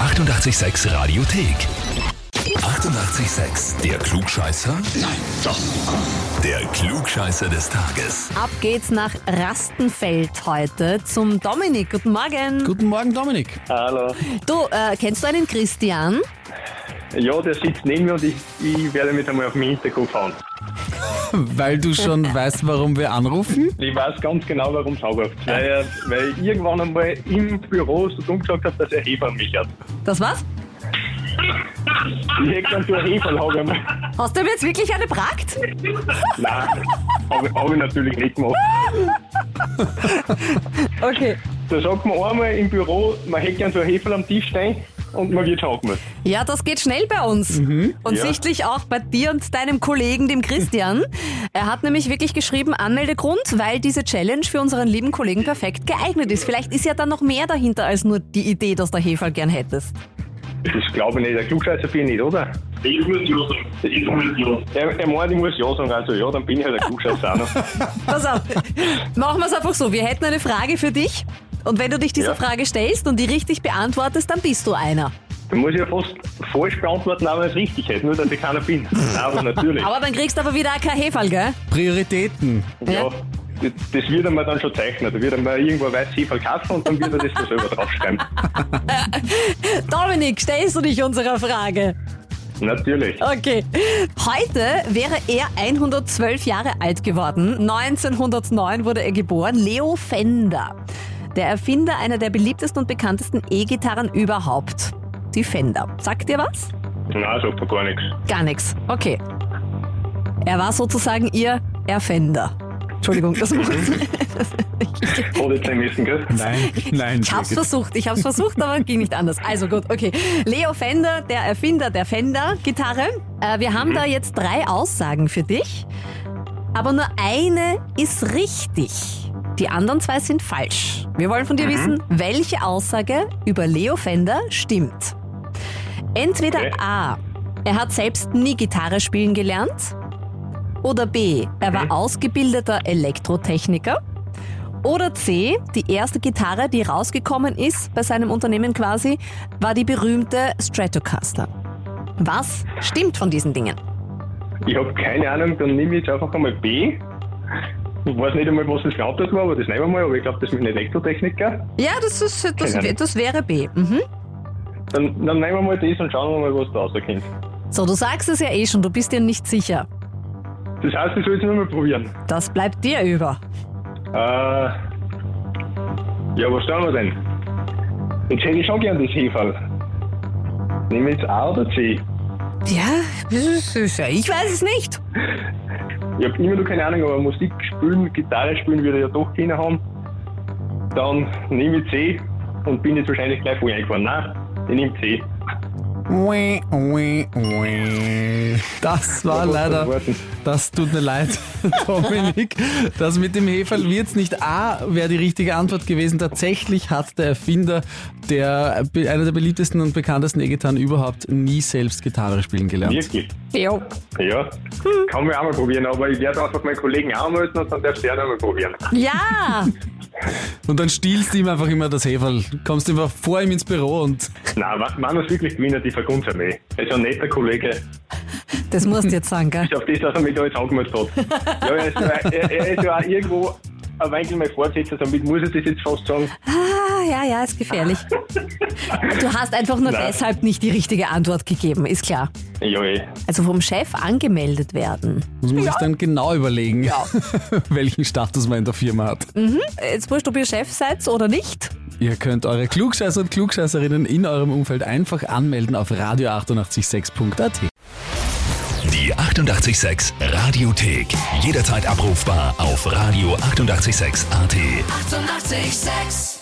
886 Radiothek. 88,6. Der Klugscheißer? Nein, doch. Der Klugscheißer des Tages. Ab geht's nach Rastenfeld heute zum Dominik. Guten Morgen. Guten Morgen, Dominik. Hallo. Du, äh, kennst du einen Christian? Ja, der sitzt neben mir und ich, ich werde mit einmal auf den Hinterkopf hauen. Weil du schon weißt, warum wir anrufen? Ich weiß ganz genau, warum es anruft. Weil, er, weil ich irgendwann einmal im Büro so dumm gesagt habe, dass er Hefe an mich hat. Das war's? Ich hätte dann so ein Heferl, habe ich einmal. Hast du ihm jetzt wirklich eine Prakt? Nein, habe hab ich natürlich nicht gemacht. Okay. Da sagt man einmal im Büro, man hätte gern so ein Heferl am Tisch stehen und man wird schaukeln. Ja, das geht schnell bei uns. Und Ja. sichtlich auch bei dir und deinem Kollegen, dem Christian. Er hat nämlich wirklich geschrieben, Anmeldegrund, weil diese Challenge für unseren lieben Kollegen perfekt geeignet ist. Vielleicht ist ja dann noch mehr dahinter als nur die Idee, dass der Heferl gern hättest. Das glaube ich nicht. Der Klugscheißer bin ich nicht, oder? Ich muss ja sagen. Ich muss ja sagen. Er, er meint, ich muss ja sagen, also ja, dann bin ich halt ein Klugscheißer auch noch. Pass auf, machen wir es einfach so. Wir hätten eine Frage für dich. Und wenn du dich dieser Ja. Frage stellst und die richtig beantwortest, dann bist du einer. Da muss ich ja fast falsch beantworten, aber es richtig hätte, nur dass ich keiner bin. Nein, Aber natürlich. Aber dann kriegst du aber wieder kein Heferl, gell? Prioritäten. Ja, Ja. das das wird einmal dann schon zeichnen. Da wird einmal irgendwo ein weißes Heferl kaufen und dann wird er das da selber draufschreiben. Dominik, stellst du dich unserer Frage? Natürlich. Okay. Heute wäre er 112 Jahre alt geworden. 1909 wurde er geboren. Leo Fender. Der Erfinder einer der beliebtesten und bekanntesten E-Gitarren überhaupt. Die Fender. Sagt dir was? Nein, sagt mir gar nichts. Gar nichts. Okay. Er war sozusagen ihr Erfender. Entschuldigung, das macht Hat jetzt nicht müssen, gell? Nein, nein. Ich hab's Birgit. versucht, ich hab's versucht, aber ging nicht anders. Also gut, okay. Leo Fender, der Erfinder der Fender-Gitarre. Äh, wir haben da jetzt drei Aussagen für dich, aber nur eine ist richtig. Die anderen zwei sind falsch. Wir wollen Mhm. von dir wissen, welche Aussage über Leo Fender stimmt. Entweder Okay. A. Er hat selbst nie Gitarre spielen gelernt. Oder B. Er war ausgebildeter Elektrotechniker. Oder C, die erste Gitarre, die rausgekommen ist bei seinem Unternehmen quasi, war die berühmte Stratocaster. Was stimmt von diesen Dingen? Ich habe keine Ahnung, dann nehme ich jetzt einfach einmal B. Ich weiß nicht einmal, was das für ein Auto war, aber das nehmen wir mal. Aber ich glaube, das ist ein Elektrotechniker. Ja, das, ist, das, Keine Ahnung. das wäre B. Mhm. Dann, dann nehmen wir mal das und schauen wir mal, was da rauskommt. So, du sagst es ja eh schon, du bist dir nicht sicher. Das heißt, ich soll es nur mal probieren. Das bleibt dir über. Äh, ja, was schauen wir denn? Jetzt hätte ich schon gern das Heferl. Nehmen wir jetzt A oder C? Ja, ich weiß es nicht. Ich habe immer noch keine Ahnung, aber Musik spielen, Gitarre spielen würde ich ja doch keiner haben. Dann nehme ich C und bin jetzt wahrscheinlich gleich voll eingefahren. Nein, ich nehme C. Weh, weh, weh. Das war leider. warten. Das tut mir leid, Dominik. Das mit dem Heferl wird's nicht. A wäre die richtige Antwort gewesen. Tatsächlich hat der Erfinder der einer der beliebtesten und bekanntesten E-Gitarren überhaupt nie selbst Gitarre spielen gelernt. Wirklich. Jo. Ja. Kann man auch mal probieren, aber ich werde einfach meinen Kollegen auch anmelden und dann darf der auch mal probieren. Ja, Und dann stiehlst du ihm einfach immer das Heferl. Kommst einfach vor ihm ins Büro und Nein, man- man muss wirklich gewinnen, die vergunst er nicht. Er ist ein netter Kollege. das musst du jetzt sagen, gell? auf das, dass er mich da jetzt angemeldet hat. Ja, er, ist, er, er ist ja auch irgendwo ein Weinkel mein Fortsetzer, damit muss ich das jetzt fast sagen. Ah, ja, ja, ist gefährlich. Du hast einfach nur Nein. deshalb nicht die richtige Antwort gegeben, ist klar. Ja, eh. Also vom Chef angemeldet werden. muss man sich dann genau überlegen, welchen Status man in der Firma hat. Jetzt wurscht, ob ihr Chef seid oder nicht. Ihr könnt eure Klugscheißer und Klugscheißerinnen in eurem Umfeld einfach anmelden auf radio886.at. Die 88,6 Radiothek. Jederzeit abrufbar auf radio886.at. 88,6. Eighty-eight, sex.